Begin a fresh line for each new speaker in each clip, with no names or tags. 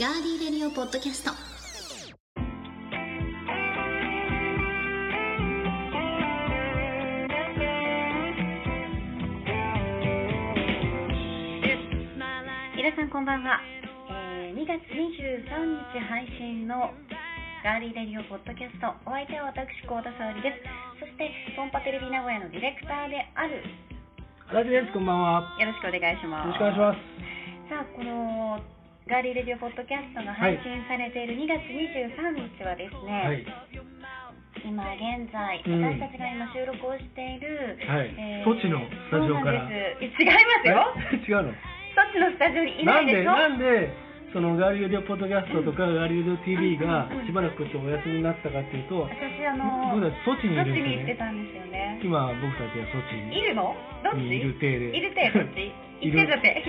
ガーディーレディオポッドキャスト皆さんこんばんは、えー、2月23日配信のガーリーレディオポッドキャストお相手は私幸田沙織ですそしてポンパテレビ名古屋のディレクターである
ラジです、こんばんは。
よろしくお願いします
よろしくお願いします。
さあこのガーリーレディオポッドキャストが配信されている2月23日はです
は
ね、
い。
今現在、
うん
私たちが今収録をしている、
はいソチのスタジオから
そうなんですいや違いますよ
え違うの。
ソチのスタジオにい
な
なんいで
で、
しょ
なんで、そのガーリーディオポッドキャストとか、ガーリーディオ TV
う
が
ん
しばらくこうやってお休みになったかっていうと、
私あの
僕たちソチにいる
ソチ
ん
に行っ
で
てた
すよね。
んですよね
今、僕たちはソ
い
チに。
るのどっち
いる体
い
で
る体ど っちい
いる
てだって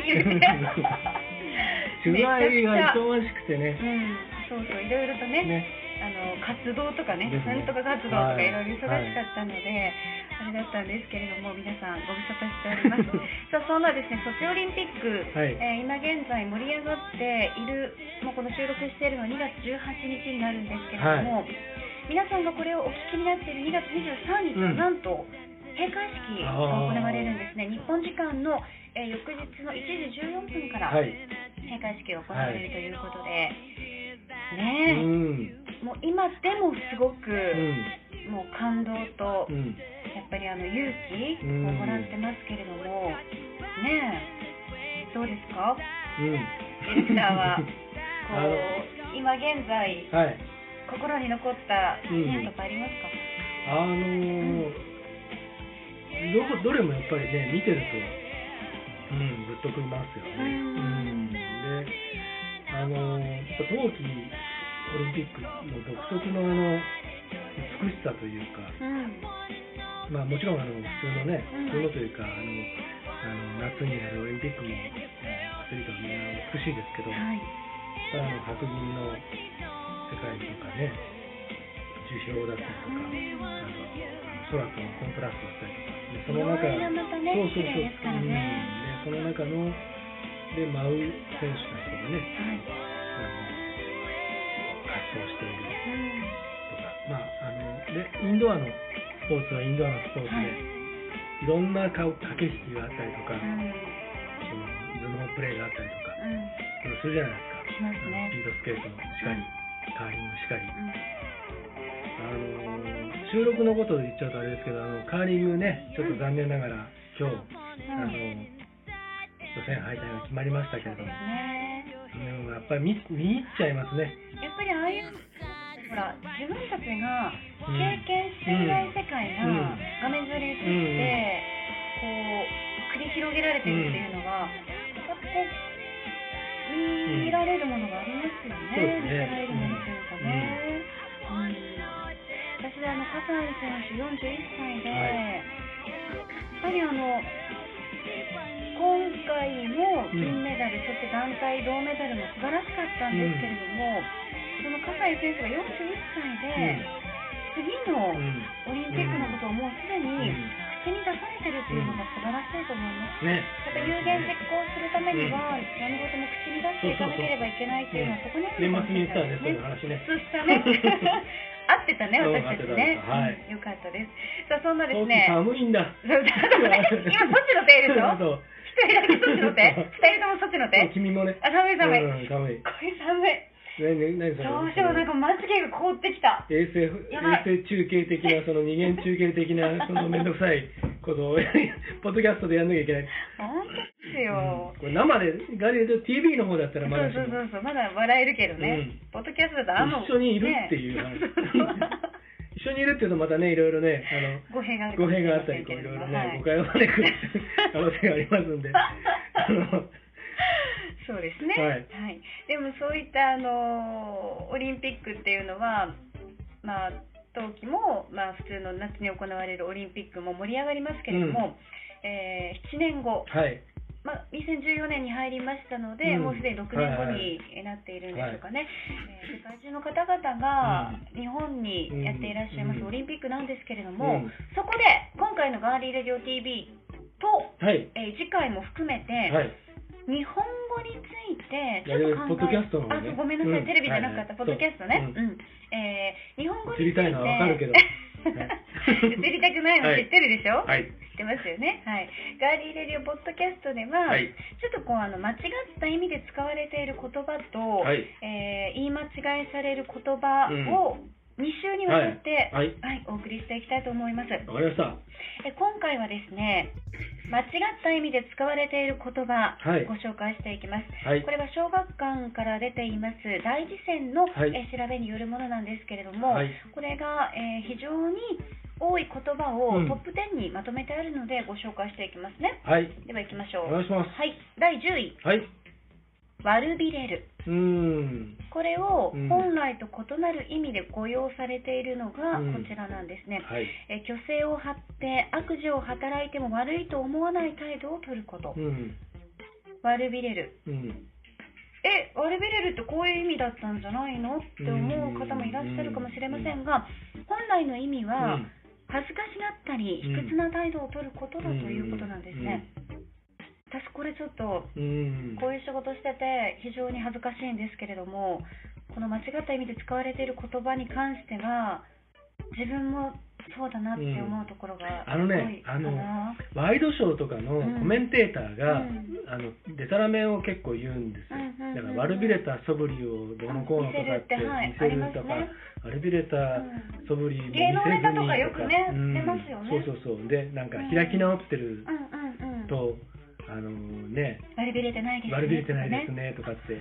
いる手
取材が
めちゃくちゃ
忙しくて
う
ね。
んそうそういろいろとね
ね。
あの活動とかね
ですね
なんとか活動とか
はい
いろいろ忙しかったので、あれだったんですけれども皆さんご無沙汰しており ますさあそんなですねソチオリンピック、
はい
えー今現在盛り上がっているもうこの収録しているのは2月18日になるんですけれども、皆さんがこれをお聞きになっている2月23日は
うん
なんと、閉会式が行われるんですね日本時間の、えー翌日の1時14分から
は
閉
い。
会式が行われるということで、
う
ねえ、
ん。
もう今でもすごく、
うん。
もう感動と、
う
や
ん。
っぱりあの勇気を
うん
もらってますけれども、ねえ、どうですか、
うん。
ディレクター はこ
あの
う今現在、
はい。
心に残った
うん
何とかありますか、
あのー、どこどれもやっぱりね見てると、うん、グッとくりますよね。
うん
うん、であのー、やっぱ冬季オリンピックの独特のあの美しさというか、
うん
まあ、もちろんあの普通のね
うん
普通のというかあのあの夏にやるオリンピックもえーアスリートはみんな美しいですけど、
はい
あの白銀の世界とかね樹氷だったりとか、あの空とのコントラストだったりとかでその中
いろいろまたね
そうそう
綺
そう
麗ですからね
うんでその中ので舞う選手たちとかね
はい
あの活動しているとか、まあ、あのでインドアのスポーツはインドアのスポーツで、
はい
い、ろんな顔駆け引きがあったりとか、
うんうん
その頭脳プレーがあったりとか、
うん
するじゃないで
し
すか。
ますね
スピードスケートのしかり、カーリングしかり、あのー収録のことで言っちゃうとあれですけど、あのカーリングね、ちょっと残念ながら、今日、あ
うん
のー予選敗退が決まりましたけれども、
ね
うん、やっぱり見見入っちゃいますね。
やっぱりああいうほら自分たちが経験していない世界が
う
画
ん
面上に映って、こう繰り広げられているっていうのが、やっぱこう見られるものがありますよ
そう
ね、
ですね
見せられるものというかね。うん私はあの葛西選手41歳で、
はい
やっぱりあの今回も金メダル、そして団体銅メダルも素晴らしかったんですけれども、その葛西選手が41歳で、次の
うんうん
オリンピックのことをもうすで
うん
に手に出されてるっていうのが素晴らしいと思います。
ね、
やっぱ有言実行するためには、何事も口に出していかなければいけないっていうのは、そこにある
年
のかも
末に
しれないそうし
言ったらね、そういう話ね。
たね。合ってたね、
そう
私たちね。
合ってた合ってたはい
よかったです。さあ、そんなです
冬季
ね。
寒いんだ。
そうだからね 今、そっちの手でしょ
そう
一人だけそっちの手 二人ともそっちの手
君もね。
あ、寒い寒い。
うん、寒い。
これ寒い。
何、何、何、それ
どうしよう、なんかまつげが凍ってきた。
衛星衛
やばい
星中継的なその二元中継的 なその面倒くさいことを ポッドキャストでやんなきゃいけない、
本当です
うん
よ。
これ生でガリレオ TV の方だった
そ
ら
う
まだし
そ
も
うそうそう、まだ笑えるけどね。ポッドキャストだとあんま
一緒にいるっていう 話
ねそうそう
一緒にいるっていうとまたねいろいろね
語弊があ
あ
る
の
か
語
もしれ
弊があ
ま
った
せ
り
ん
こ
けれ
うい
ど
ろ
も
いろね、
はい
誤解を招く可能性がありますんであの
そうですね、
はい
でもそういった、あのーオリンピックっていうのは、まあ、冬季も、まあ、普通の夏に行われるオリンピックも盛り上がりますけれども、えー7年後、
はい
まあ、2014年に入りましたので、
うん
もうすでに6年後
はいはい
にえーなっているんでしょうかね、えー世界中の方々が日本にやっていらっしゃいます
うん
オリンピックなんですけれども、
うん
そこで今回のガーリーレディオ TV と、
はい
えー次回も含めて、
はい
日本語についてち
いやい
ょっ
や
と考え
ポッドキャストの方ね
あごめんなさい、
うん
テレビじゃなかった、
はいはい
ポッドキャストね、
そううん
えー日本語について
映りたいのはわか るけど
映りたくないの知ってるでしょ、
はい
知ってますよね、はい、ガーリーレディオポッドキャストでは、
はい
ちょっとこうあの間違った意味で使われている言葉と、
はい
えー言い間違いされる言葉を2週にわたって、
はい
はいお送りしていきたいと思います。
わかりました
え今回はですね間違った意味で使われている言葉、
はい
ご紹介していきます、
はい
これは小学館から出ています大辞典の、
はい
え調べによるものなんですけれども、
はい
これが、えー非常に多い言葉を
うん
トップ10にまとめてあるのでご紹介していきますね、
はい
では行きましょう
お願いします
はい第10位
はい
悪びれる
うーん
これを
うん
本来と異なる意味で誤用されているのが
う
こ
ん
ちらなんですね、
はい
えー虚勢を張って悪事を働いても悪いと思わない態度を取ること、
うん
悪びれる
うん
え悪びれるってこういう意味だったんじゃないのって思う方もいらっしゃるかもしれませんが本来の意味は
うん
恥ずかしがったり
うん
卑屈な態度を取ることだということなんですね、私これちょっと
うんうん
こういう仕事してて非常に恥ずかしいんですけれどもこの間違った意味で使われている言葉に関しては自分もそうだなって思うところが
あのね
すごいかな、
ワイドショーとかの
うん
コメンテーターが、
うん
あのデタラメを結構言うんですよ、
うんうんうん
だから悪びれた素振りをどうのこうのとかって
見せるってはい
見せるとか、
ありますね
悪びれた
うん
素振りも見せずに
芸能ネタとかよくね
うん
出ますよね
そうそうそうでなんか開き直ってる
うんうんうん
と、あのね
悪びれてないですね
悪びれてないですねとかって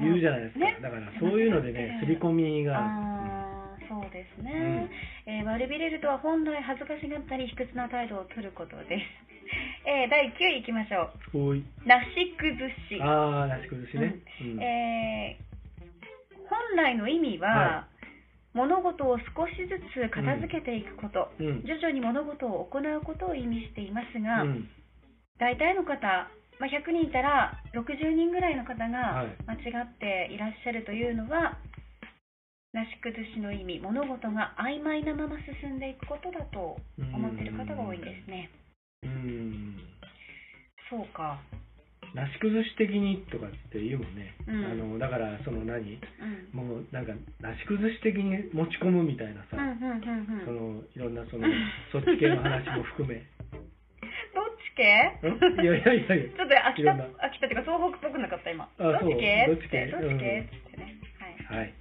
言うじゃないですか、だからそういうのでね刷り込みがあ
ああーそうですね、えー悪びれるとは本来恥ずかしがったり卑屈な態度を取ることです、えー第9位いきましょ
る多いう
なし崩し
ああなし崩しね、
うん
うん
えー本来の意味は、物事を少しずつ片付けていくこと、
うん
徐々に物事を行うことを意味していますが、
うん
大体の方、まあ、100人いたら60人ぐらいの方
は
が
い
間違っていらっしゃるというのは、なし崩しの意味物事が曖昧なまま進んでいくことだと思っている方が多いんですね。
うん
そうか、
なし崩し的にとかって言うもんね、
うん
あのだからその何
うん、
もうなんかなし崩し的に持ち込むみたいな
う
さ、
んうんうんうん
そ
どっ
のいろんなそのそっち系の話も含めん
ち系
いやいやいやいや
ちょっと秋
い
田
ろんな
秋田っていうか東北っぽくなかった今
あ
どっち系
そう
っつってど
ど
っ
っ
ち
ち系
系っつってねはい
はい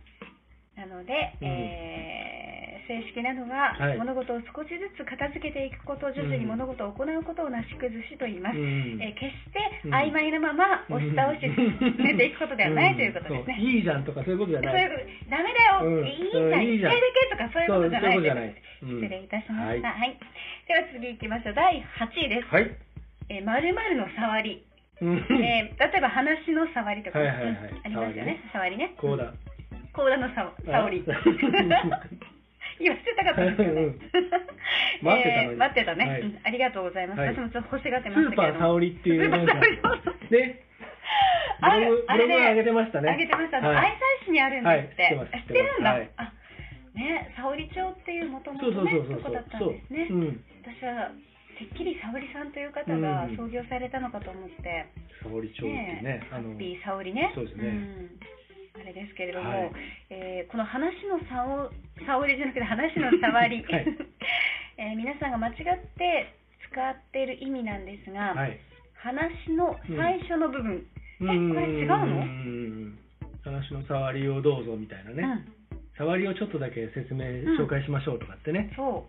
なので、
うん
えー正式なのは、
はい
物事を少しずつ片付けていくこと徐々に
うん
物事を行うことをなし崩しと言います、
うん
えー決して
うん
曖昧なまま押し倒して進めていくことではないということですね、
うんそういいじゃんとかそういうことじゃ
そう
ない
いうことダメだよ、
うん
いいんだ
うん
一
いいじゃん
回だけとかそういうことじゃない
そうそういうことじゃないうん
失礼いたしました、
は
はいでは次行きましょう第8位です、
はい、
えー、〇〇の触り
うん
えー例えば話の触りとか、
はいはいは
う
い
んありますよね、触りね。
こうだ
コーダのさ触り。
あ
今捨てたかったんですけどね。
待って
え
たのに
ー待ってたね、
はい
うんありがとうございます。
はい
私もちょっと欲しがっ
ス
てました
ー
け
パ
れど
ー沙
も。
織っていう
スーパー
なんか
沙織
ね
ある
ブログブログ上げてましたね
上げてましたね。
はい
愛西市にあるんですって。
はい
あ知
知
っ
っててます
るんだ。
はい
あ、ね、沙織町っていう元々
そうそう
ね
そうそう
とこだったんですね。
そううん
私はてっきり沙織さんという方が
うん
創業されたのかと思って。
沙織町っていうね
ハ
あの
ッピー沙織ね。
そうですね
んあれですけれども、
はい
えーこの話の沙織沙織じゃなくて話の触り、
はい
えー皆さんが間違って使っている意味なんですが、
はい
話の最初の部分、えこれ違うの
ん話の触りをどうぞみたいなね、触りをちょっとだけ説明、
うん
紹介しましょうとかって
うん
ね、
そ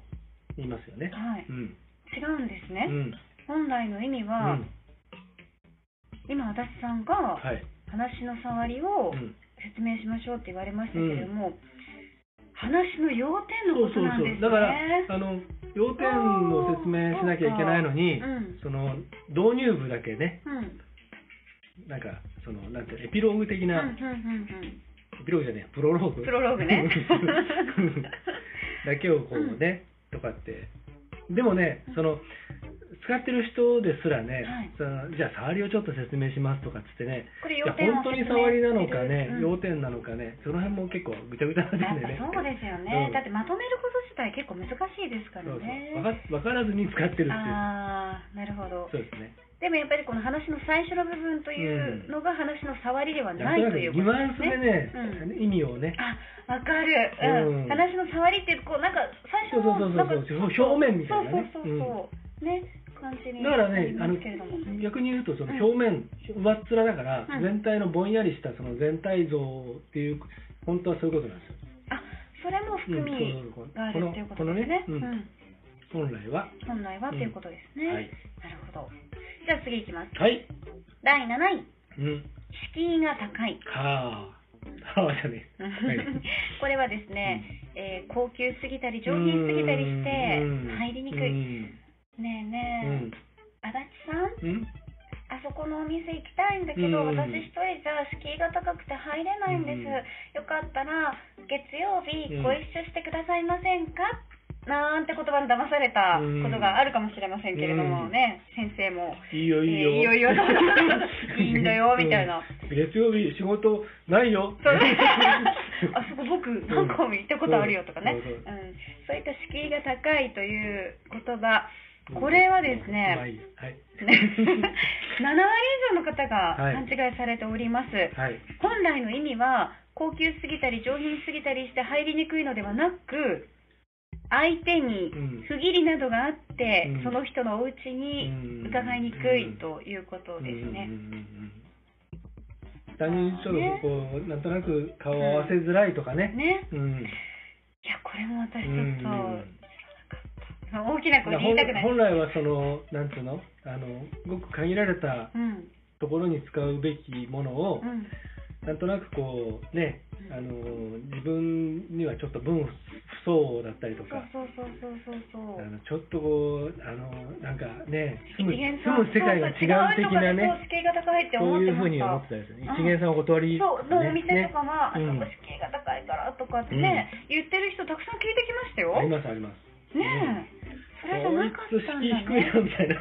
言いますよね。
はい
うん。
う違うんですね
う、ん。
本来の意味
う
は、
ん
今足立さんが
はい。
話の触りを
うん
説明しましょうって言われましたけれども、話の要点のことなんですね
だから、あの、要点の説明しなきゃいけないのに、
うん
その、導入部だけね、
うん
なんか、その、なんていうのエピローグ的な、
うんうんうんうん
エピローグじゃねえ、プロローグ。
プロローグね
だけをこうね、とかって。でもね、その、使ってる人ですらね、
はい
そのじゃあ、触りをちょっと説明しますとかっつってね、
これ
い
要
や
点を
本当に触りなのか
説明して
ね、
るうん
要点なのかね、その辺も結構ぐちゃぐちゃなんで
やっ
ね。
ぱそうですよね、
うん
だってまとめること自体結構難しいですから
そうそう
ね
わかわからずに使ってるっていう。
ああなるほど
そうですね。
でもやっぱりこの話の最初の部分というのが話の触りではないという
ニ
こと
ュアンスで
で
ね
す、ね。うん
意味をね、
あ、わかる。うん
うん
話の触りってこうなんか最
そう
初
そ
の
うそう
なんか
そう表面みたいなね
そうそうそうそうね感じに
だからね
な
あ
りま
の
すけれども。
逆に言うとその表面、上っ面だから、
うん
全体のぼんやりしたその全体像っていう本当はそういうことなんですよ
あ、それも含み
うんそうそうそう
があるっていうことですね。
この
うん
このね本来は
本来はということですね。
うんはい
なるほど。じゃあ次いきます。
はい
第7位、
うん
敷居が高い。
はあはあじゃねえはい
これはですね、えー高級すぎたり上品すぎたりして
うん
入りにく
う
い。
ん
ねえねえ、足立さん、
うん
あそこのお店行きたいんだけど、
うん
私一人じゃ敷居が高くて入れないんです。
うん
よかったら月曜日
うん
ご一緒してくださいませんか、なんて言葉に騙されたことがあるかもしれませんけれどもね、先生 も。
いいよいいよ、
えーいいよいい よいいんだよみたいな
うん月曜日仕事ないよ
そう あそこ僕なんか行ったことあるよとかね、
う
うんん、そういった敷居が高いという言葉これはですね
まあいいや はい
ね7割以上の方が
はい
勘違いされております、
はい
本来の意味は高級すぎたり上品すぎたりして入りにくいのではなく相手に
うん
不義理などがあって、
うん
その人のお家
うん
に伺いにくいということですね、
うんうんうんうん他人とのこうなんとなく顔を合わせづらいとかね。
ね
うん。
いやこれも私ちょ
う
っ
ん
と大きな声で言いたくない
本来はそのなんつうのあのごく限られた
うん
ところに使うべきものを、
うん
なんとなくこうねあの自分にはちょっと分不相応だったりと
そう
か。
そうそうそうそうそう
あのちょっとこうあのなんかね住む
一元
住
さん
む世界が違う的なね
そうそう違うとこでそう敷居が高いって
そ
思
う
っ
い
て
うふ
ま
う
し
に
た
思ってたですよね。一元さんお断り、
そうのお店とかは、
ね
あそこ敷居が高いからとかってね、言ってる人たくさん聞いてきましたよ
あり
ね
ますあります。
えそれじゃなかったんだね
こいつ敷居低いなみたいな。
一人に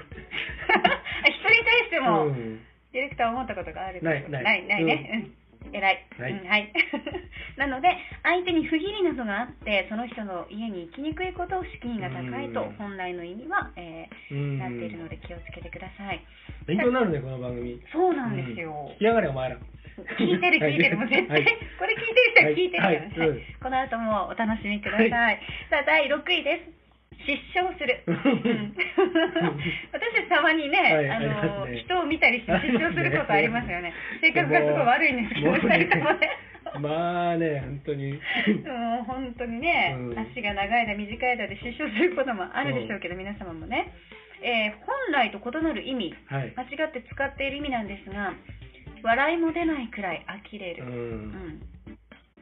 対しても、
うん
ディレクター思ったことがある
ないない
ないないね、うん偉い、
はい
うんはい なので相手に不義理などがあってその人の家に行きにくいことを資金が高いと
うん
本来の意味は、えー
うん
なっているので気をつけてください
勉強になるねこの番組。
そうなんですよ、
聞きやがれお前ら。
聞いてる聞いてるもう絶対、
はい
これ聞いてる人は聞いてるからね、
はいはい
はいこの後もお楽しみください、
は
さあ第6位です失笑する、
うん
うん私たまにね、
はい
あの
ありますね
人を見たりして失笑することありますよね性格がすごい悪いんですけど
もう
2人ともね
まあね本当に。
もう本当にね、
うん
足が長い間短い間で失笑することもあるでしょうけど、皆様もね、えー本来と異なる意味
はい。
間違って使っている意味なんですが笑いも出ないくらい呆れ
う
る、
ん。
うん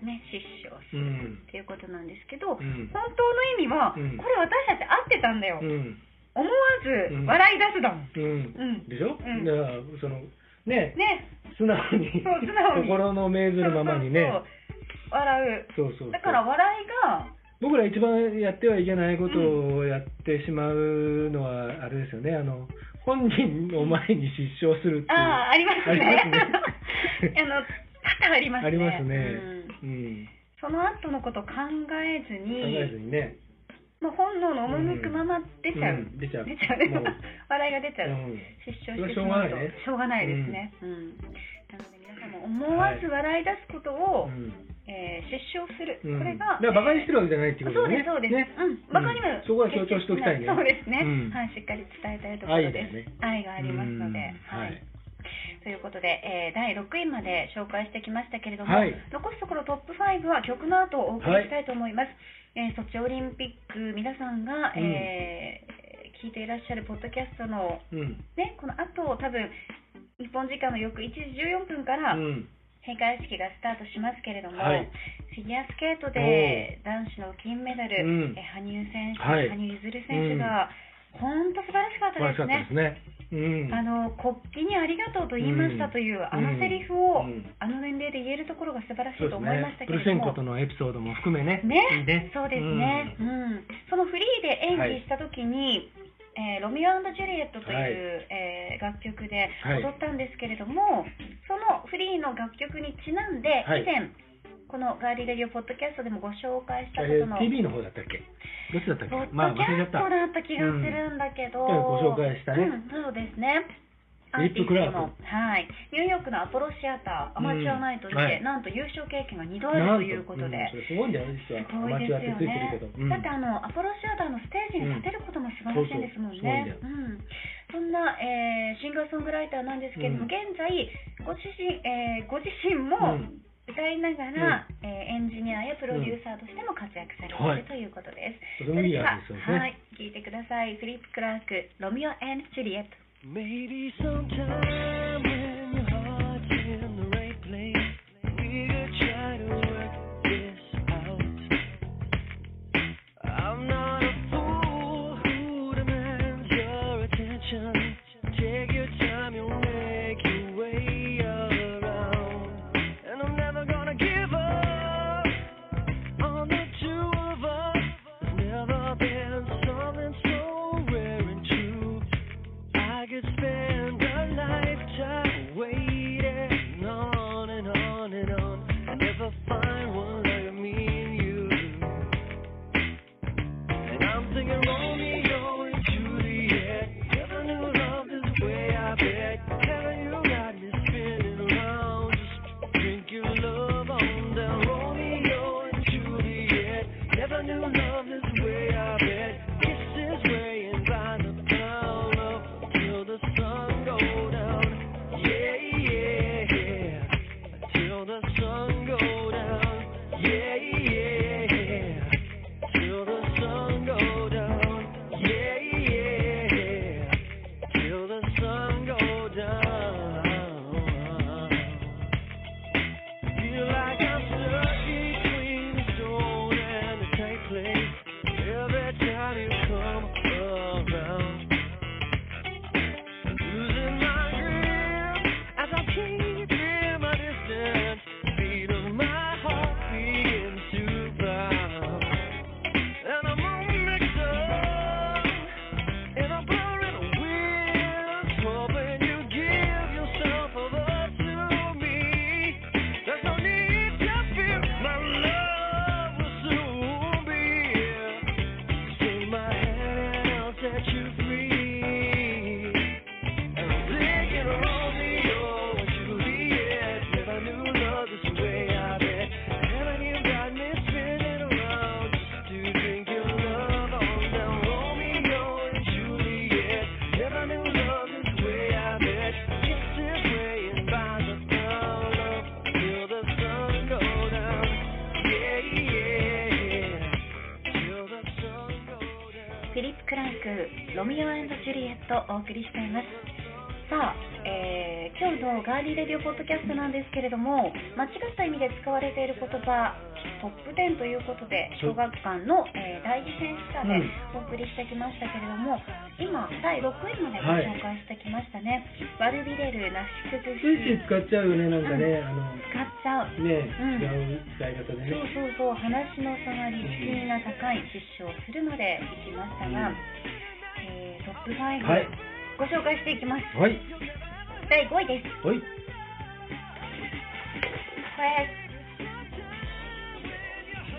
ね、失笑す
う
る
ん。
っていうことなんですけど、
うん
本当の意味は、
うん
これ私たち合ってたんだよ、
うん。
思わず
うん
笑い出すだもん、
うん。でしょ？
うん
だからそのね
ね
素直に
そう素直に
心の銘ずるままにね
そう。そうそう笑
そうそうそう
うだから笑いが
僕ら一番やってはいけないことをやってしまうのはあれですよね、あの本人を前に失笑するっていう
ああありますね
あります ね
あの多々ありますね
ありますね
うん、
うん、
その後のことを考えず
考
に
えずにね、
もう本能の赴くまま出ちゃう、
うん出ちゃう
出ちゃう
もう
笑いが出ち
う
ゃう、
ん、
失笑してしまうと
それは
しょうがないですね、うんなので皆さんも思わず笑い出すことを、えー失笑する、
うん
これが
だからバカにしてるわけじゃないっていう
そう
こと
です
ね
そうです、
ね
うん、バカには、
うんそこは強調しておきたいね
そうですね、
うん
はいしっかり伝えたいところです愛,、がありますので、
うん
は
はいい、
ということで、えー第6位まで紹介してきましたけれども、
はい
残すところトップ5は曲の後をお送りしたいと思います、えーソチオリンピック皆さんが、
うん
えー聞いていらっしゃるポッドキャストの、
うん
ね、この後多分日本時間の翌1時14分から
うん
閉会式がスタートしますけれども、
はい
フィギュアスケートで男子の金メダル、
うん
え羽生選手、
はい
羽生結弦選手が本当、素晴らしかった
素晴ら
で
しか
すね
ったです。ねうん
あの国旗にありがとうと言いましたという、
うん
あのセリフを、
うん
あの年齢で言えるところが素晴らし
そ
い
うで
と
す
思いまし
ね
たけ
プ
れ
ル
ど
シェン
も
コとのエピソードも含めねいい
ねそうですね、うんそのフリーで演技した時に、えーロミオジュリエットという、
はい
えー楽曲で
はい
踊ったんですけれども、そのフリーの楽曲にちなんで、
はい
以前このガーリーレディオポッドキャストでもご紹介したこ
え
との、
ー TV の方だったっけどっちだったっ
ポッ
けまあ
ドキ
忘
ャ
れちゃっ
スト
た
だった気がするんだけど、
うんご紹介したね
うんそうですねアーティスト
リップクラー
の、
ク
はい、ニューヨークのアポロシアターアマチュアナイトで、
うんはい
なんと優勝経験が2度あ
なん
るということで、
うんそれすごいんだよね、実は。
すごいですよねだ
アマチュアってついてるけど。。
ってあのアポロシアターのステージに立てることも素晴らしいんですもんね。うん、そんな、えーシンガーソングライターなんですけれども、
うん
現在ご自身、えーご自身も
うん
歌いながら、えーエンジニアやプロデューサーとしても活躍されているということです。
とてもいいアーテ
はい、聞い
ィストですね
てください。フリップ・クラーク、ロミオ・ジュリエット。
Maybe sometime when your heart's in the right place, we could try to work this out. I'm not a fool who demands your attention. Take your time, you'll make your way around. And I'm never gonna give up on the two of us. There's never been something so rare and true. I could spend a lifetime waiting on and on and on and never find one like me and you. And I'm thinking Romeo and Juliet. Never knew love this way, I bet. Haven't you got me spinning around? Just drink your love on down. Romeo and Juliet. Never knew love this way, I bet. Kisses weighing by the pound up till the sun go down. Yeah, yeah, yeah. Till the sun go down. Yeah, yeah, yeah. Till the sun go down. Yeah, yeah, yeah. Till the sun go down. Feel like I'm stuck between a stone and a tight place. Every time you come around, losing my grip as I keep in my distance. Beat of my heart being too loud, and I'm all mixed up. And I'm blurring the winds, hoping you give yourself over to me. There's no need to fear, my love will soon be here. Take my hand and I'll set you free. And I'm thinking of Romeo and Juliet. Never knew love this way, I bet. Haven't you got me spinning around just to drink your love Oh, on down? Romeo and Juliet. Never knew love this way, I bet. Kisses weighing by the pound up till the sun go down. Yeah, yeah, yeah. Till the sun go down.
フィリップ・クランク、ロミオジュリエットをお送りしています。さあ、えー今日のガーリーレディオポッドキャストなんですけれども、間違った意味で使われている言葉、トップ10ということで、小学館の、えー第二選手下でお
うん
送りしてきましたけれども、今、第6位までご
はい
紹介してきましたね。バルビレル、ナシクズ
ついつい使っちゃうよね、なんかね、あの、
使っちゃう。
ね、
うん
違う使い方
そう
でね。
そうそう、話の下がり、敷居が高い、失笑するまで行きましたが、
うん
えートップ5、
はい
ご紹介していきます。
はい、
第5位です。
は
これ、
い、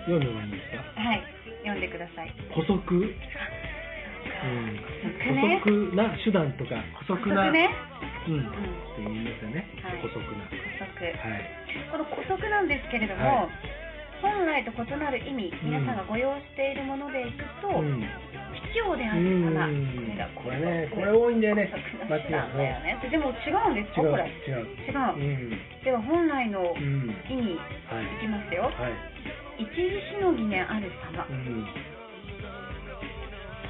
読むのがいいんですか。
はい、読んでください。
補足、うん、
補足ね
補足な手段とか、補足な、
補足ね。
うん、っ
うん、
て言いますよね
はい。
補足な。は
補足。
い。
この補足なんですけれど
は
も、
い
本来と異なる意味、
う
皆
ん
さんがご用意しているものでいくと、
うん
必要であ
う
る
ん
から、
こ
こ
れ
れ
ね
が、
これ多いんだよね
補足。
間
の手段
違
だよ
い
ね。でも違うんですか、
違う、
これ。
違う。
違
う
う。
ん、
では本来の
うん、
意味、い
はい、
きますよ。
はい、
一時しのぎねある様
う。ん。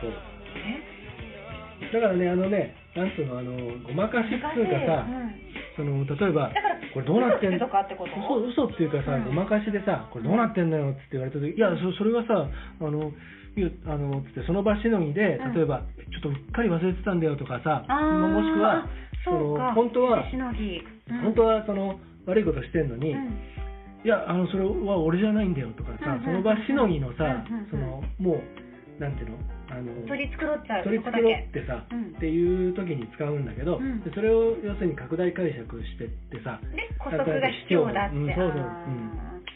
そう。
え
だからね、あのね、なんつうの、あの、ごまかしっていうかさ、
うん
その、例えば
だか、ら、
これどうなってん
嘘つけとかってこと
嘘嘘っていうかさ、
うん
ごまかしでさ、これどうなってんのよって言われた時、いや、そそれはさ、あの、いやあのつってその場しのぎで、
うん
例えば、ちょっとうっかり忘れてたんだよとかさ、
あー
もしくは、そ
そう
の
か。
本当は
一時しのぎ。うん
本当はその悪いことしてんのに、
うん
いやあのそれは俺じゃないんだよとかさ、
うんうん
その場しのぎのさ、
うんうん
そのもうなんていうのあの
取り繕っちゃう
取り
こ
繕
だけ
ってさ、
うん
っていう時に使うんだけど、
うん
でそれを要するに拡大解釈してってさ
で古速が卑怯だって、
うんそうそう
あー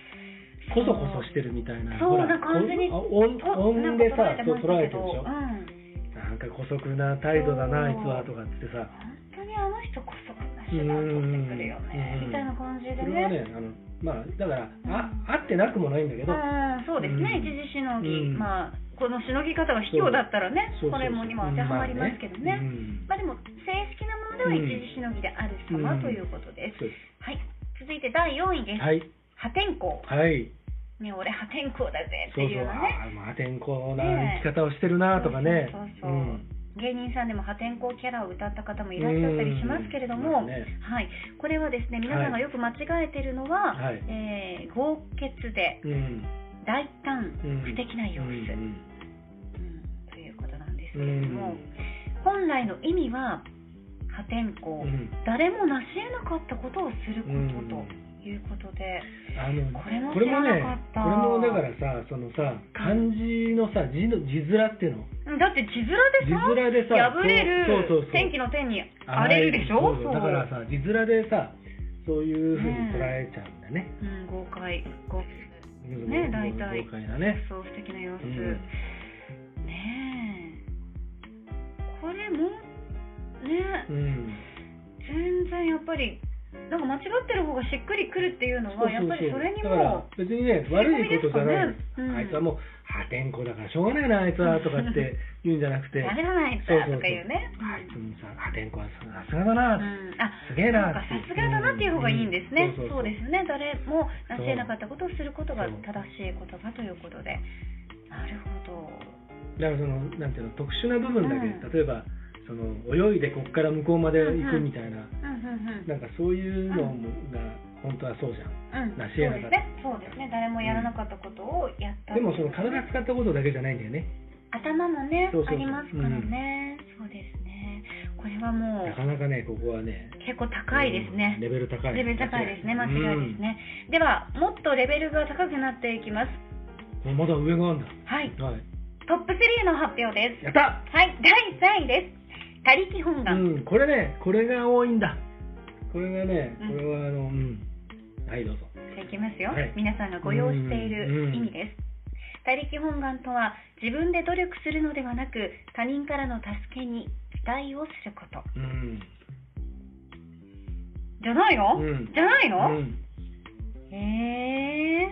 こそこそしてるみたいな
そうな感じに
音音でさそう捉えてるでしょ
うん、
なんか姑息な態度だなあいつはとかってさ
本当ににあの人こそ手段取ってくるよね
うん
みたいな感じで
それは
ね
ね、あのまあ、だから、ああってなくもないんだけど、
うんそうですね、
うん
一時しのぎ、
うん
まあ、このしのぎ方が卑怯だったらね、
そうそうそ
こ
う
れもにも当てはまりますけどね、
うん
まあでも、正式なものでは一時しのぎである様
うん
ということです。
そうで
はい、続いて第4位ですす、
はい、
破天荒、
はい、
ね、俺、破天荒だぜって
そう
い
そう
う、のね。
ああ、まあ、天候な
ねえ
生き方をしてるなとかね
そうそう、
う
そうん芸人さんでも破天荒キャラを歌った方もいらっしゃったりしますけれど
う
も、
んそうです
はい、これはですね皆さんがよく間違えているのは、
はい
えー豪傑で
うん、
大胆、
うん
不敵な様子、
うんうん
うんということなんですけれども、
うん
本来の意味は破天荒、
うん
誰も成し得なかったことをすること
うん
ということで、
あの
これも
これも
知ら
ね
なかっ、た
これもだからさ、そのさ、漢字のさ、字の字面っていうの、
だって字面でさ
字面でさ
破れる
そうそうそうそう
天気の天に荒れるでしょ
そうだからさ、字面でさ、そういう風に捉えちゃうんだね。
うん、豪快豪
う
ね
ん
大体
豪快だね。
そう素敵な様子、
うん
ねえこれもね
うん。
全然やっぱりなんか間違ってる方がしっくりくるっていうのはやっぱりそれに
だから
も
別にね悪いことじゃない、
そういうことですかねうん
あいつはもう破天荒だからしょうがないなあいつはとかって言うんじゃなく
「
て
やめらないと」
そうそうそう
とかいうね
あいつもさ破天荒はさすがだな、
うんあ
すげえな
そうかさすがだなっていう方がいいんですね、
うん
そうですね誰も成し得なかったことをすることが正しいことだということでなるほど
だからそのなんていうの特殊な部分だけ、
うん
例えばその泳いでこっから向こうまで行くみた
う
いな、
んうんうん
なんかそういうのもが本当はそうじゃん、
うん
成し得なかった
そうですねそうですね誰もやらなかったことをやった、
でもその体使ったことだけじゃないんだよね
頭もね
そうそうそう
ありますからね、そうですねこれはも
な
う
かなかねここはね
結構高いですね、
うんレベル高い
レベル高いですね間違いです、ね、ではもっとレベルが高くなっていきます
うんまだ上があるんだ
はい
はい
トップ3の発表です
やった
はい第3位です他力本願、
うん、これね、これが多いんだ。これがね、
うん
これはあの、うん、はい、どうぞ。
じゃあいきますよ、
はい
皆さんがご用意している意味です、他力本願とは自分で努力するのではなく他人からの助けに期待をすること
うん。
じゃないの、
うん
じゃないうの、
ん。
へえ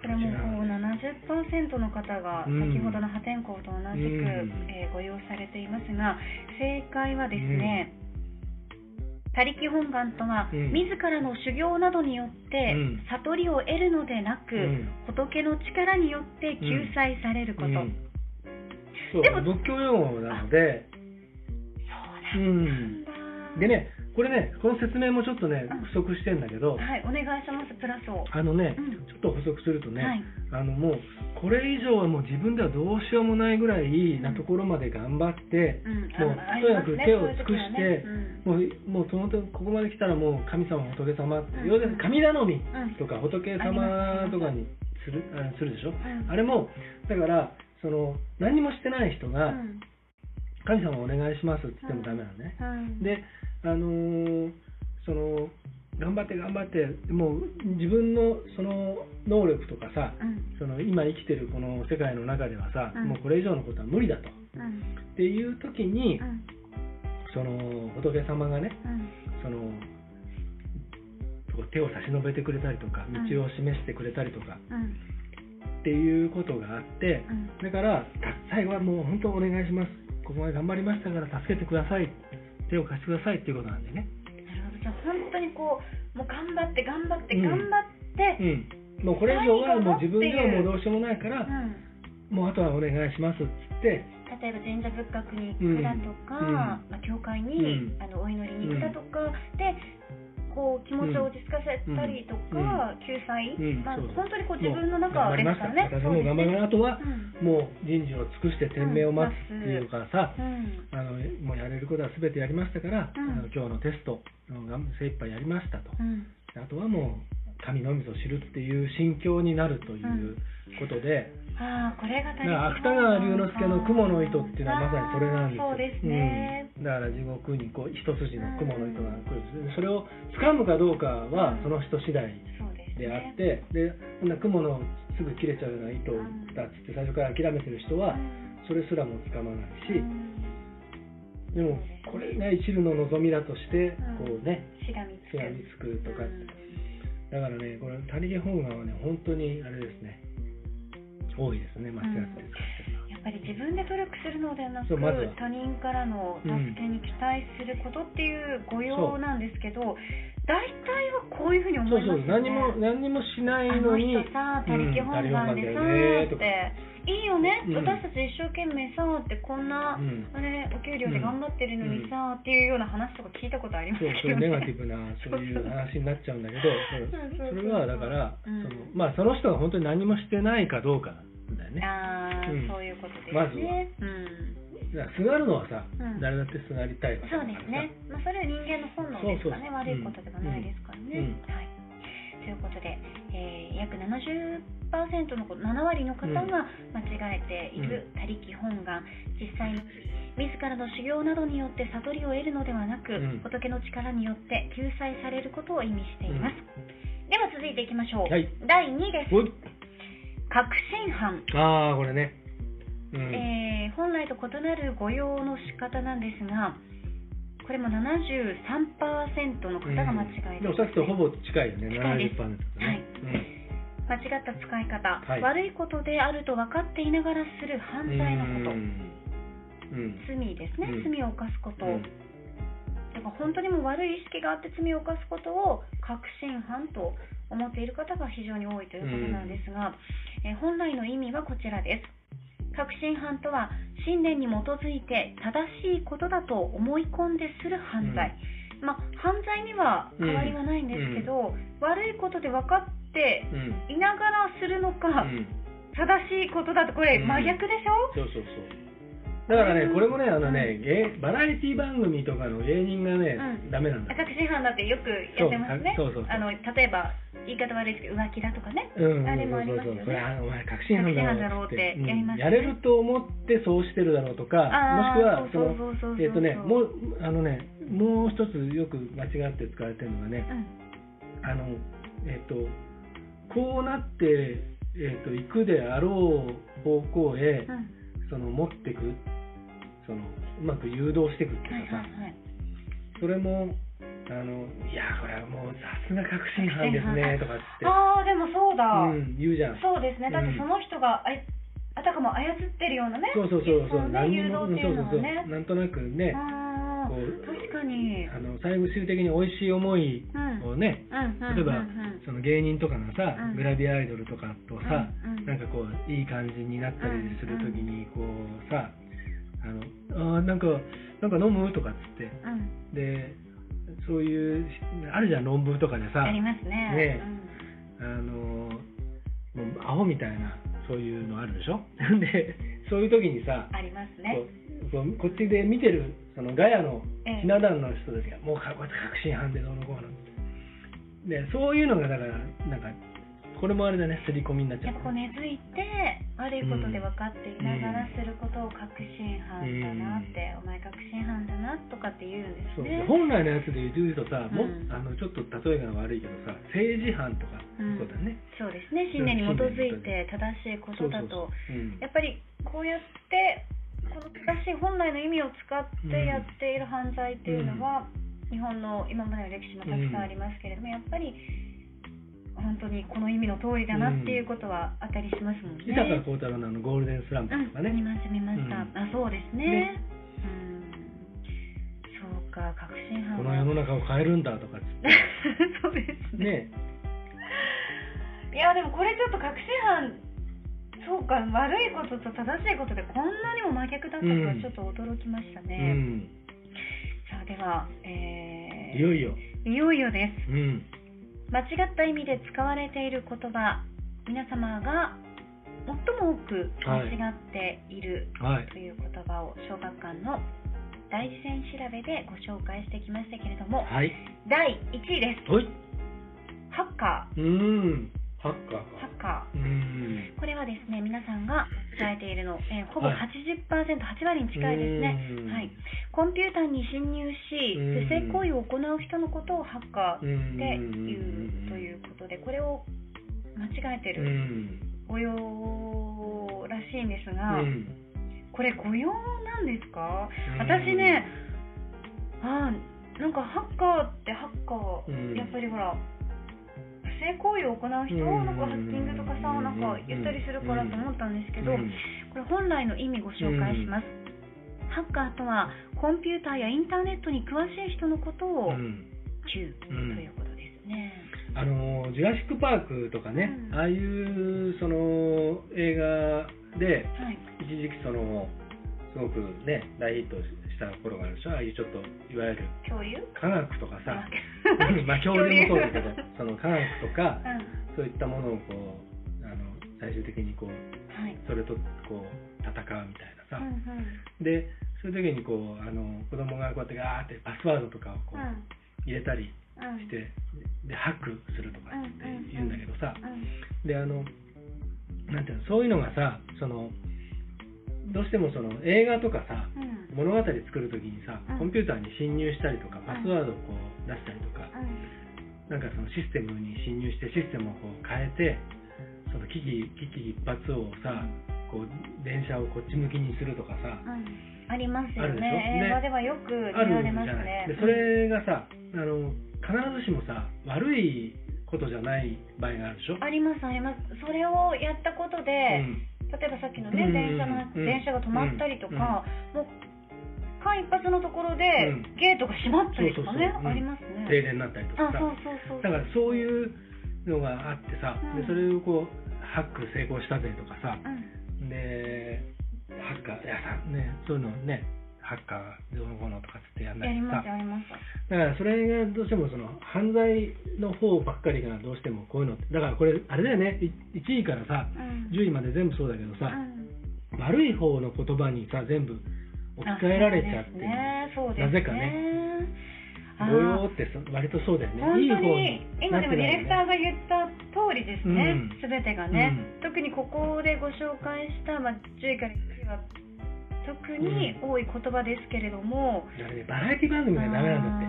これもこう70%の方が
うん
先ほどの破天荒と同じく、
うん
えーご用意されていますが正解はですね、他力本願とは、
うん
自らの修行などによって、
うん
悟りを得るのでなく、
うん
仏の力によって救済されること、
うんそう、
でも
仏教用語なので、
そううなん
ん。
だ、
でね、これね、この説明もちょっとね
うん、
不足してんだけど、
はいお願いしますプラスを
あのね、
うん
ちょっと補足するとね、
はい
あのもうこれ以上はもう自分ではどうしようもないぐらいなところまで頑張って、
うん
もう
あ
とにか
あ
く
りますね
手を尽くして、
そ
もうもうその時ここまで来たらもう神様仏様って、
うん
要するに神頼み
ん
とか仏様とかにするあするでしょ、
ん
あれもだからその何もしてない人
う
が
ん
神様お願いしますって言ってもダメなのね、
うん
であのーその頑張って頑張ってもう自分のその能力とかさ
うん
その今生きてるこの世界の中ではさ、
うん
もうこれ以上のことは無理だと
うん
っていう時に、
うん
その仏様がね
うん
その手を差し伸べてくれたりとか
うん
道を示してくれたりとか
うん
っていうことがあって、
うん
だから最後はもう本当お願いしますここまで頑張りましたから助けてください手を貸してくださいっていうことなんでね、
なるほどじゃあ本当にこうもう頑張って頑張って
うん
頑張って、
うん、もうこれ以上はもう自分ではもうどうしようもないから、
うん
もうあとはお願いしますっつって
例えば神社仏閣に行くだとか、
うんうん
まあ、教会に、
うん
あのお祈りに行くだとか、でこう気持ちを落ち着かせたりとか、救済、
うん
まあ
そうそう
本当にこう
も
自分の中
頑張
です
りま
か
した
らね。
私
そう
も
です
頑張
ね
りますあとは
うん
もう人事を尽くして天命を待つっていうかさ、
うん
あのもうやれることは全てやりましたから、
うん
あの今日のテストあのがん精一杯やりましたと、
うん
あとはもう神のみぞ知るっていう心境になるということで、
ああこれが大
だから芥川龍之介の「雲の糸」っていうのはまさにそれなんですよ
そうですね。
うんだから地獄にこう一筋の雲の糸が来るんですそれを掴むかどうかはその人次第
そうですね。
であって、でこんな雲のすぐ切れちゃうような糸だっつって最初から諦めてる人は
うん
それすらも掴まないし、
うん
でもこれが一縷の望みだとして
うん
こうね
しがみつ
しがみつくとか
うん
だからねこれ他力本願はね本当にあれですね多いですね松屋って使ってるのは
やっぱり自分で努力するのではなく、
そうまずは
他人からの助けに期待することっていう御用なんですけど、大体はこういうふうに思
そ
いま
うそ
すよ
う
ね。
何も何にもしない
あの
のに
人さ、他力本願でさ
うん
ーっ
他力本願だよねとか
て、いいよね、
うん
私たち一生懸命さーって、こんな、
うん
あれ、お給料で頑張ってるのにさーっていうような話とか聞いたことありま
そう
すけ
そう
どね。
いうネガティブなそういう話になっちゃうんだけど
そうそう
それはだから、
うん
そのまあその人が本当に何もしてないかどうかなんだよね
あー
うん
そういうことですね。
まずは
うん
だからすがるのはさ、
うん
誰だってすがりたいわけ
そ
だ
う
から
です
さ
ね。まあ、それは人間の本能ですかね。
そうそう
悪いことではないですからね。
うん
はい。ということで、えー約70%のこ7割の方が
うん
間違えている他力本願、実際に自らの修行などによって悟りを得るのではなく、
うん
仏の力によって救済されることを意味しています、では続いていきましょう、
はい
第2位です
おい
確信犯
ああこれねうん、
えー本来と異なる御用の仕方なんですが、これも73%の方が間違えてい
で
る
もさっきとほぼ近いよ
近い
ね70%
です
とかね、
はい
うん
間違った使い方、
はい
悪いことであると分かっていながらする犯罪の
う
こ
んうん
と、罪ですね、
うん
罪を犯すこと、
うん
だから本当にもう悪い意識があって罪を犯すことを確信犯と思っている方が非常に多いということなんですが、えー本来の意味はこちらです確信犯とは信念に基づいて正しいことだと思い込んでする犯罪、まあ犯罪には変わりはないんですけど、悪いことで分かって
うん
いながらするのか、
うん
正しいことだとこれ
うん
真逆でしょ、
そうそうそうだからねこれもねあのね、芸バラエティ番組とかの芸人がね、
うん
ダメなんだ
確信犯だってよくやってますね
そうそうそうそう
あの例えば言い方悪いですけど浮気だとかね、
うん、
あれもありますよ
そうそうそうそれ
ね
あお前確信犯だろうっつって
確信犯だろうってやりますね
うん、やれると思ってそうしてるだろうとか
あー
もしく
そう
は
そうそうそうそう
のえっとねもうあのねもう一つよく間違って使われてるのがね
うん
あのえっとこうなってえっと行くであろう方向へ、
うん
その持ってくそのうまく誘導してくって
はい
いうかさ、
はいはい
それもあのいやこれはもうさすが確信犯ですねとかっつって、
ああでもそうだ、
うん、言うじゃん
そうですねだって
うん
その人があいあたかも操ってるようなね
そうそうそうそう、
のね
に
誘導っていうのは
そうそう
ね
そうなんとなくね、
ああ
こう
確かに
あの最終的に美味しい思い
うん
をね、
うんうん
例えば、
うんうん
その芸人とかのさ、
うん
グラビアアイドルとかとさ、
うんうん
なんかこういい感じになったりするときにこうさ、あのあーなんかなんか飲むとかっつって
うん
でそういうあるじゃん論文とかでさ
ありますね
ね
うん
あのもうアホみたいなそういうのあるでしょ でそういう時にさ
ありますね
こうこうこっちで見てるそのガヤの
ええ
ひな壇の人たちが、もうかこいつ確信犯でどうのこうのでそういうのがだからなんかこれもあれだね刷り込みになっちゃ
や
う
っぱこう根付いて悪いことで分かっていながらすることを確信犯だなって、お前確信犯だなとかって言うんで
そ
す
う
ね
本来のやつで言うとさ、も
うん
あのちょっと例えが悪いけどさ政治犯とか、
うん
そうだね
そうですね信念に基づいて正しいことだと
そうそうそううん
やっぱりこうやってこの正しい本来の意味を使ってやっている犯罪っていうのは、日本の今までの歴史もたくさんありますけれども、やっぱり本当にこの意味の通りだなっていうことはあったりしますもんね。
伊坂幸太郎のあのゴールデンスランプとか
うん、見
ね、
ました見ました、
うん
あそうですね
ね
うんそうか確信犯
こ
は
の世の中を変えるんだとかっ つ
そうです
っ
ね
てね
いやでもこれちょっと確信犯そうか悪いことと正しいことでこんなにも真逆だったとは
うん
ちょっと驚きました
う
ね、
ん
さあでは、えー
いよいよ
いよいよです
うん
間違った意味で使われている言葉皆様が最も多く間違っている
はい
という言葉を小学館の大事線調べでご紹介してきましたけれども、
はい
第1位です
はい
ハッカ
うんハッ
ー
カーか
ハッカ
うん
ーこれはですね皆さんが伝えているの、えーほぼ 80%8
はい
割に近いですね
うん
はいコンピューターに侵入し
うん
不正行為を行う人のことをハッカー
うん
っていうということでこれを間違えて
う
る
ん
御用らしいんです
う
が、
ん
これ御用なんですか、
うん
私ねあーなんかハッカーってハッカー、
うん
やっぱりほら不正行為を行う人、
うん
なんかハッキングとかさ、
うん
なんか言ったりするからと思ったんですけど、
うん
これ本来の意味ご紹介します、ハッカーとはコンピューターやインターネットに詳しい人のことを
うん
中と
うん
いうことですね、
あのジュラシック・パークとかね、
うん
ああいうその映画で
はい
一時期そのすごくね大ヒットした頃があるでしょああいうちょっといわゆる
共有
科学とか さ
うん
まあ恐竜もそうだ けど
恐竜
その科学とか
うんは
そういったものをこうあの最終的にこう
い
それとこう戦うみたいな
う
さ、
んうん
でそういう時にこうあの子供がこうやってガーってパスワードとかをこう
う
入れたり
んうん
して、でハックするとかって言うんだけどさ、
うん
であのなんていうのそういうのがさそのどうしてもその映画とかさ
うん
物語作る時にさ
うん
コンピューターに侵入したりとか
ん
パスワードをこう出したりとかなんかそのシステムに侵入してシステムをこう変えてその危機危機一髪をさこう電車をこっち向きにするとかさ
うんあります
あ
よ
るでしょ
ね
ね
映画ではよく見
ある
ら
じ
れ
ゃ
ます
な
ね
いでそれがさあの必ずしもさ悪いことじゃない場合があるでしょ
ありますありますそれをやったことで、
うん
例えばさっきのね、
うん
電車の話
うん
電車が止まったりとか、もう間一髪のところで、
うん
ゲートが閉まったりとかね
そうそうそううん
あります
停
ね
電になったりとか
あ
さ
そうそうそう
だからそういうのがあってさ、
うん
でそれをこうハック成功したぜとかさ
うん
でハッカーいやさねそういうのねハッカーどうのこうのとかつってやんな
や
い
り
とさ
ますやります
だからそれがどうしてもその犯罪の方ばっかりがどうしてもこういうのってだからこれあれだよねい1位からさ
うん
10位まで全部そうだけど
う
さ、
ん
悪い方の言葉にさ全部置き換えられちゃってる、
あそうですねそうですね
なぜかね
あー
模様ってそ割とそうだよね
本
いい
当
方
に
に
今でもディレクターが言った通りですね
うん、
すべてがね、
う
特にここでご紹介した、まあ、10位から1位は特に多い言葉ですけれども、
だからねバラエティ番組がダメなんだって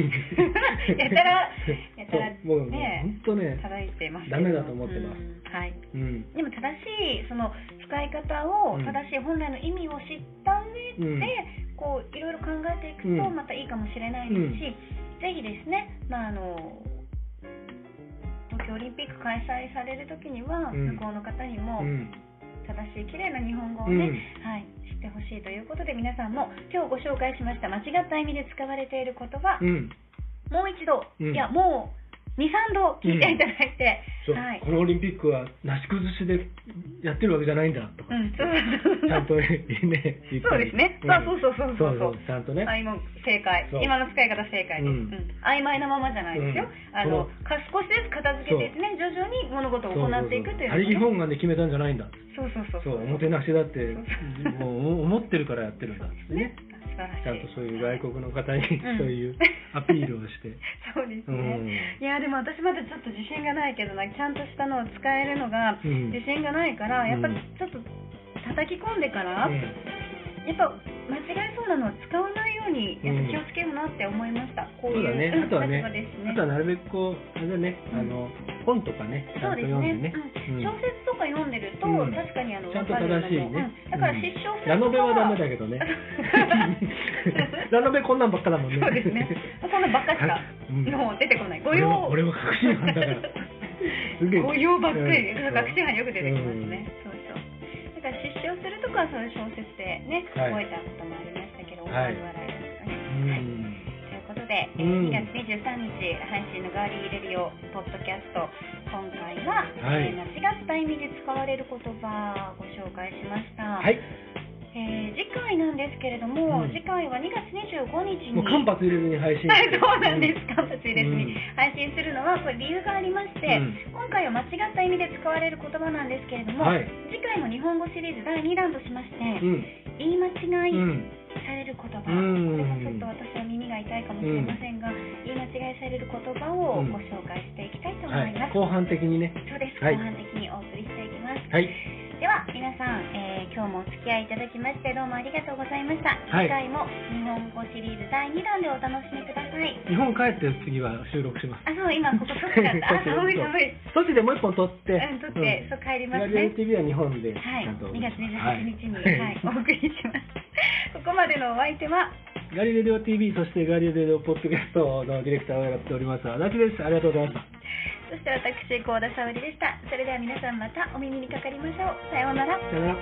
ってやたらやたら
そうもうね
ね
本当 ね
叩いていますけ
ダ
ど
メだと思ってます
うんはい
うん
でも正しいその使い方を
うん
正しい本来の意味を知った上で、
うん
こういろいろ考えていくと
うん
またいいかもしれないです
うん
し、ぜひですね、まああの東京オリンピック開催される時には、
うん
向こうの方に
う
も
ん
正しい綺麗な日本語を
うん
ね、はい知ってほしいということで皆さんも今日ご紹介しました間違った意味で使われている言葉、
うん
もう一度、
うん
いやもう23度聞いていただいて、
そう
はい
このオリンピックはなし崩しでやってるわけじゃないんだ とか
うんそう
ちゃんと ね言ったり
そうですね
ん
まあそうそうそうそう
そうちゃんとね
あ今正解
そう
今の使い方正解です、
う
うんん曖昧なままじゃないですよ、
うん
あ
そ
の
う
少しずつ片付けていってね徐々に物事を行っていくという
他力
の
本願で決めたんじゃないんだ
そうそうそう
そうおもてなしだって
そう
もう思ってるからやってるんだってね
ね素晴らしい
ちゃんとそういう外国の方に
ん
そ ういうアピールをして
そうです
うん
ね、いやでも私まだちょっと自信がないけどなちゃんとしたのを使えるのが
うん
自信がないから、やっぱ
うん
ちょっと叩き込んでから、
うん
やっぱ間違えそうなのは使わないようにやっぱ気をつけるなって思いました、こう
そう
い
だ
う
ね
うん
あとはね
立場ですね
あとはなるべくこうあれだねあの本とかねち
そ
ゃん
う
と
です
読ん
ね
でね
うん
うん
小説とか読んでると、
うん
確かにあの
ちゃんと
わかるよう
正しい
な
ね
も。うんだから失笑する
ラノベはダメだ
け
けどね。ラノベこんなんばっかだもんね。
そうですねそんなばっかしか、
うん
もう出てこないご
俺
用
は俺は確信犯 だから。すげえ
ご用ばっかり、
うん
確信犯よく出てきますね、そうそうだから失笑するとかはそういう小説でね、
はい
覚えたこともありましたけど、
はい
思わず笑いですか
う
ね、はい
ん。
ということで、えー
うん
2月23日配信のガーリーレディオポッドキャスト今回は、
はい
えー間違った意味で使われる言葉をご紹介しました、
はい。
えー次回なんですけれども、
うん
次回は2月25日に
もう間髪入れずに配信。
はい そうなんです間髪入れず
う
に
ん
配信するのはこれ理由がありまして、
うん
今回は間違った意味で使われる言葉なんですけれども、
はい
次回も日本語シリーズ第2弾としまして、
うん。
言い間違い、
うん。
される言葉、
うん
これもちょっと私は耳が痛いかもしれませんが、言い間違いされる言葉をご紹介していきたいと思
はい
ま
い。
す。
後半的にね。
そうです、
はい
後半的にお送りしていきます。
はい。
では皆さん、えー今日もお付き合いいただきましてどうもありがとうございました。
はい
次回も日本語シリーズ第2弾でお楽しみください。
日本帰って次は収録します。
あ、そう、今 ここそっちだった。あ、寒い寒い。
そっちでもう一本撮って。
うん、とって、そう帰りますね。
TV は日本で。
はい、2月28日に、
は
はいい、お送りします。ここまでのお相手は、
ガリレディオ TV、そしてガリレディオポッドキャストのディレクターをやっております、足立です。ありがとうございました。
そして私、幸田沙織でした。それでは皆さんまたお耳にかかりましょう。さようなら。
さよなら。